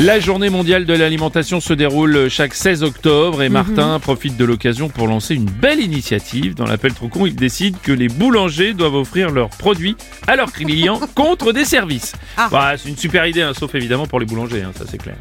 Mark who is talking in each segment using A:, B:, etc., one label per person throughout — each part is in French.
A: La journée mondiale de l'alimentation se déroule chaque 16 octobre et Martin profite de l'occasion pour lancer une belle initiative. Dans l'appel trop con, il décide que les boulangers doivent offrir leurs produits à leurs clients contre des services. Bah, c'est une super idée, hein, sauf évidemment pour les boulangers, hein, ça c'est clair.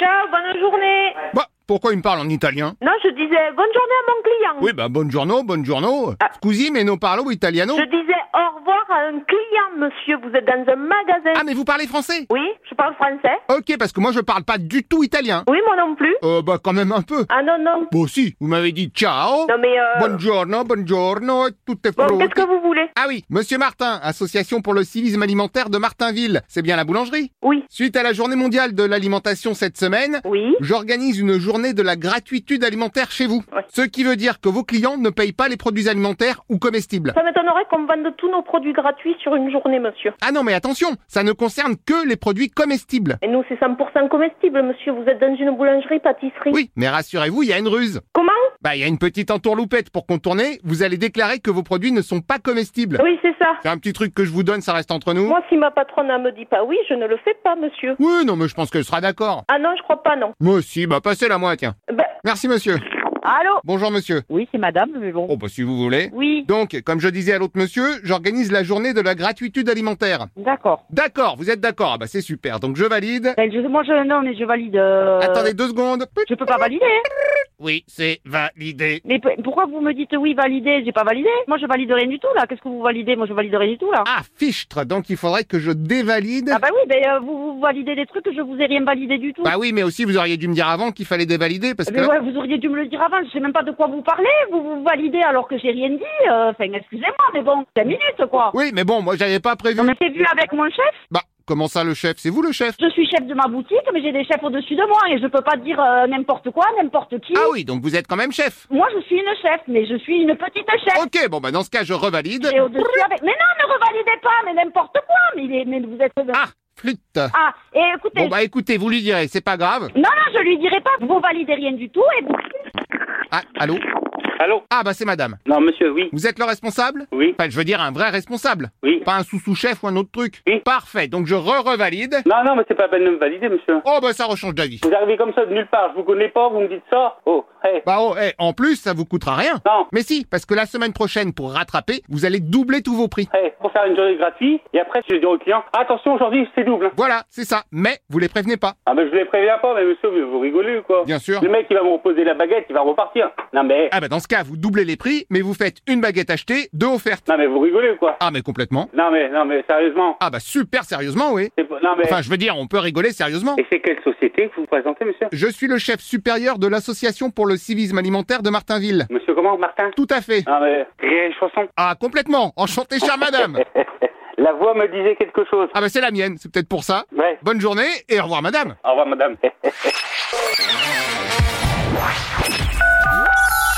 B: Ciao, bonne journée.
C: Bah, pourquoi il me parle en italien
B: Non, je disais bonne journée à mon client.
C: Oui, bah, buongiorno, buongiorno. Scusi, mais non parlo italiano.
B: Ah. Je disais au revoir à un client, monsieur. Vous êtes dans un magasin.
C: Ah, mais vous parlez français
B: Oui, je parle français.
C: Ok, parce que moi je parle pas du tout italien.
B: Oui, moi non plus.
C: Euh, bah, quand même un peu.
B: Ah non, non.
C: Bon, si, vous m'avez dit ciao.
B: Non, mais euh...
C: Buongiorno, buongiorno, tout est
B: Bon, qu'est-ce que vous voulez
C: Ah oui, Monsieur Martin, Association pour le civisme alimentaire de Martinville. C'est bien la boulangerie
B: Oui.
C: Suite à la journée mondiale de l'alimentation cette semaine,
B: Oui.
C: j'organise une journée de la gratuitude alimentaire chez vous.
B: Ouais.
C: Ce qui veut dire que vos clients ne payent pas les produits alimentaires ou comestibles.
B: Ça m'étonnerait qu'on vende tous nos produits gratuits sur une journée, monsieur.
C: Ah non, mais attention, ça ne concerne que les produits comestibles.
B: Et nous, c'est 100% comestible, monsieur. Vous êtes dans une boulangerie, pâtisserie.
C: Oui, mais rassurez-vous, il y a une ruse.
B: Comment
C: Bah, il y a une petite entourloupette pour contourner, vous allez déclarer que vos produits ne sont pas comestibles.
B: Oui, c'est ça.
C: C'est un petit truc que je vous donne, ça reste entre nous.
B: Moi, si ma patronne ne me dit pas oui, je ne le fais pas, monsieur.
C: Oui, non, mais je pense qu'elle sera d'accord.
B: Ah non, je crois pas, non.
C: Moi aussi, bah passez-la moi, tiens.
B: Ben,
C: Merci monsieur.
B: allô
C: Bonjour monsieur.
D: Oui, c'est madame, mais bon.
C: Oh bah si vous voulez.
D: Oui,
C: Donc, comme je disais à l'autre monsieur, j'organise la journée de la gratuitude alimentaire.
D: d'accord.
C: D'accord, vous êtes d'accord, ah bah c'est super, donc je valide.
D: Ben, je- moi, je, non, mais je valide. euh,
C: Attendez deux secondes.
D: Je peux pas valider. hein.
C: Oui, c'est validé.
D: Mais p- pourquoi vous me dites oui, valider J'ai pas validé. Moi, je valide rien du tout, là. Qu'est-ce que vous validez Moi, je valide rien du tout, là.
C: Ah, fichtre, donc il faudrait que je dévalide.
D: Ah, bah oui, ben, euh, vous, vous validez des trucs que je vous ai rien validé du tout.
C: Bah oui, mais aussi vous auriez dû me dire avant qu'il fallait dévalider parce que
D: Mais ouais, vous auriez dû me le dire avant, je sais même pas de quoi vous parlez, vous vous validez alors que j'ai rien dit, euh, enfin excusez-moi, mais bon, 5 minutes quoi.
C: Oui, mais bon, moi j'avais pas prévu.
D: On mais c'est vu avec mon chef,
C: Bah, comment ça le chef C'est vous le chef
D: je suis chef de ma boutique, mais j'ai des chefs au-dessus de moi et je peux pas dire euh, n'importe quoi, n'importe qui.
C: Ah oui, donc vous êtes quand même chef.
D: Moi je suis une chef, mais je suis une petite chef.
C: OK, bon bah dans ce cas, je revalide.
D: Et au-dessus avec. Mais non, ne revalidez pas, mais n'importe quoi, mais, il est- mais vous êtes.
C: Ah, flûte.
D: Ah, et écoutez.
C: Bon bah écoutez, vous lui direz, c'est pas grave.
D: Non, non, je lui dirai pas, vous validez rien du tout et.
C: Ah, allô
E: Allô
C: Ah bah c'est madame.
E: Non, monsieur, oui.
C: Vous êtes le responsable
E: Oui.
C: Enfin, je veux dire un vrai responsable.
E: Oui.
C: Pas un sous-sous-chef ou un autre truc.
E: Oui.
C: Parfait, donc je re-revalide.
E: Non, non, mais c'est pas la peine de me valider, monsieur.
C: Oh bah ça rechange d'avis.
E: Vous arrivez comme ça de nulle part, je vous connais pas, vous me dites ça Oh, hey.
C: Bah oh, eh, en plus, ça vous coûtera rien.
E: Non.
C: Mais si, parce que la semaine prochaine, pour rattraper, vous allez doubler tous vos prix.
E: hey, pour faire une journée gratuite, et après, je dis au client, Ah, attention, aujourd'hui, c'est double. hein.
C: Voilà, c'est ça. Mais vous les prévenez pas.
E: Ah, ben, je les préviens pas, mais monsieur, vous, vous rigolez ou quoi
C: Bien sûr.
E: Le mec, il va me reposer la baguette, il va repartir. Non, mais,
C: Ah bah dans ce cas, vous doublez les prix, mais vous faites une baguette achetée, deux offertes.
E: non, mais vous rigolez ou quoi
C: Ah mais complètement.
E: Non, mais, non, mais, sérieusement.
C: Ah bah super sérieusement, oui.
E: C'est pas- Non, mais.
C: Enfin, je veux dire, on peut rigoler sérieusement.
E: Et c'est quelle société que vous vous présentez, monsieur
C: Je suis le chef supérieur de l'association pour le civisme alimentaire de Martinville.
E: Monsieur, comment Martin
C: Tout à fait.
E: Non, mais, rien, chanson.
C: Ah complètement. Enchanté, chère madame.
E: La voix me disait quelque chose.
C: Ah bah c'est la mienne, c'est peut-être pour ça.
E: Ouais.
C: Bonne journée et au revoir madame.
E: Au revoir, madame.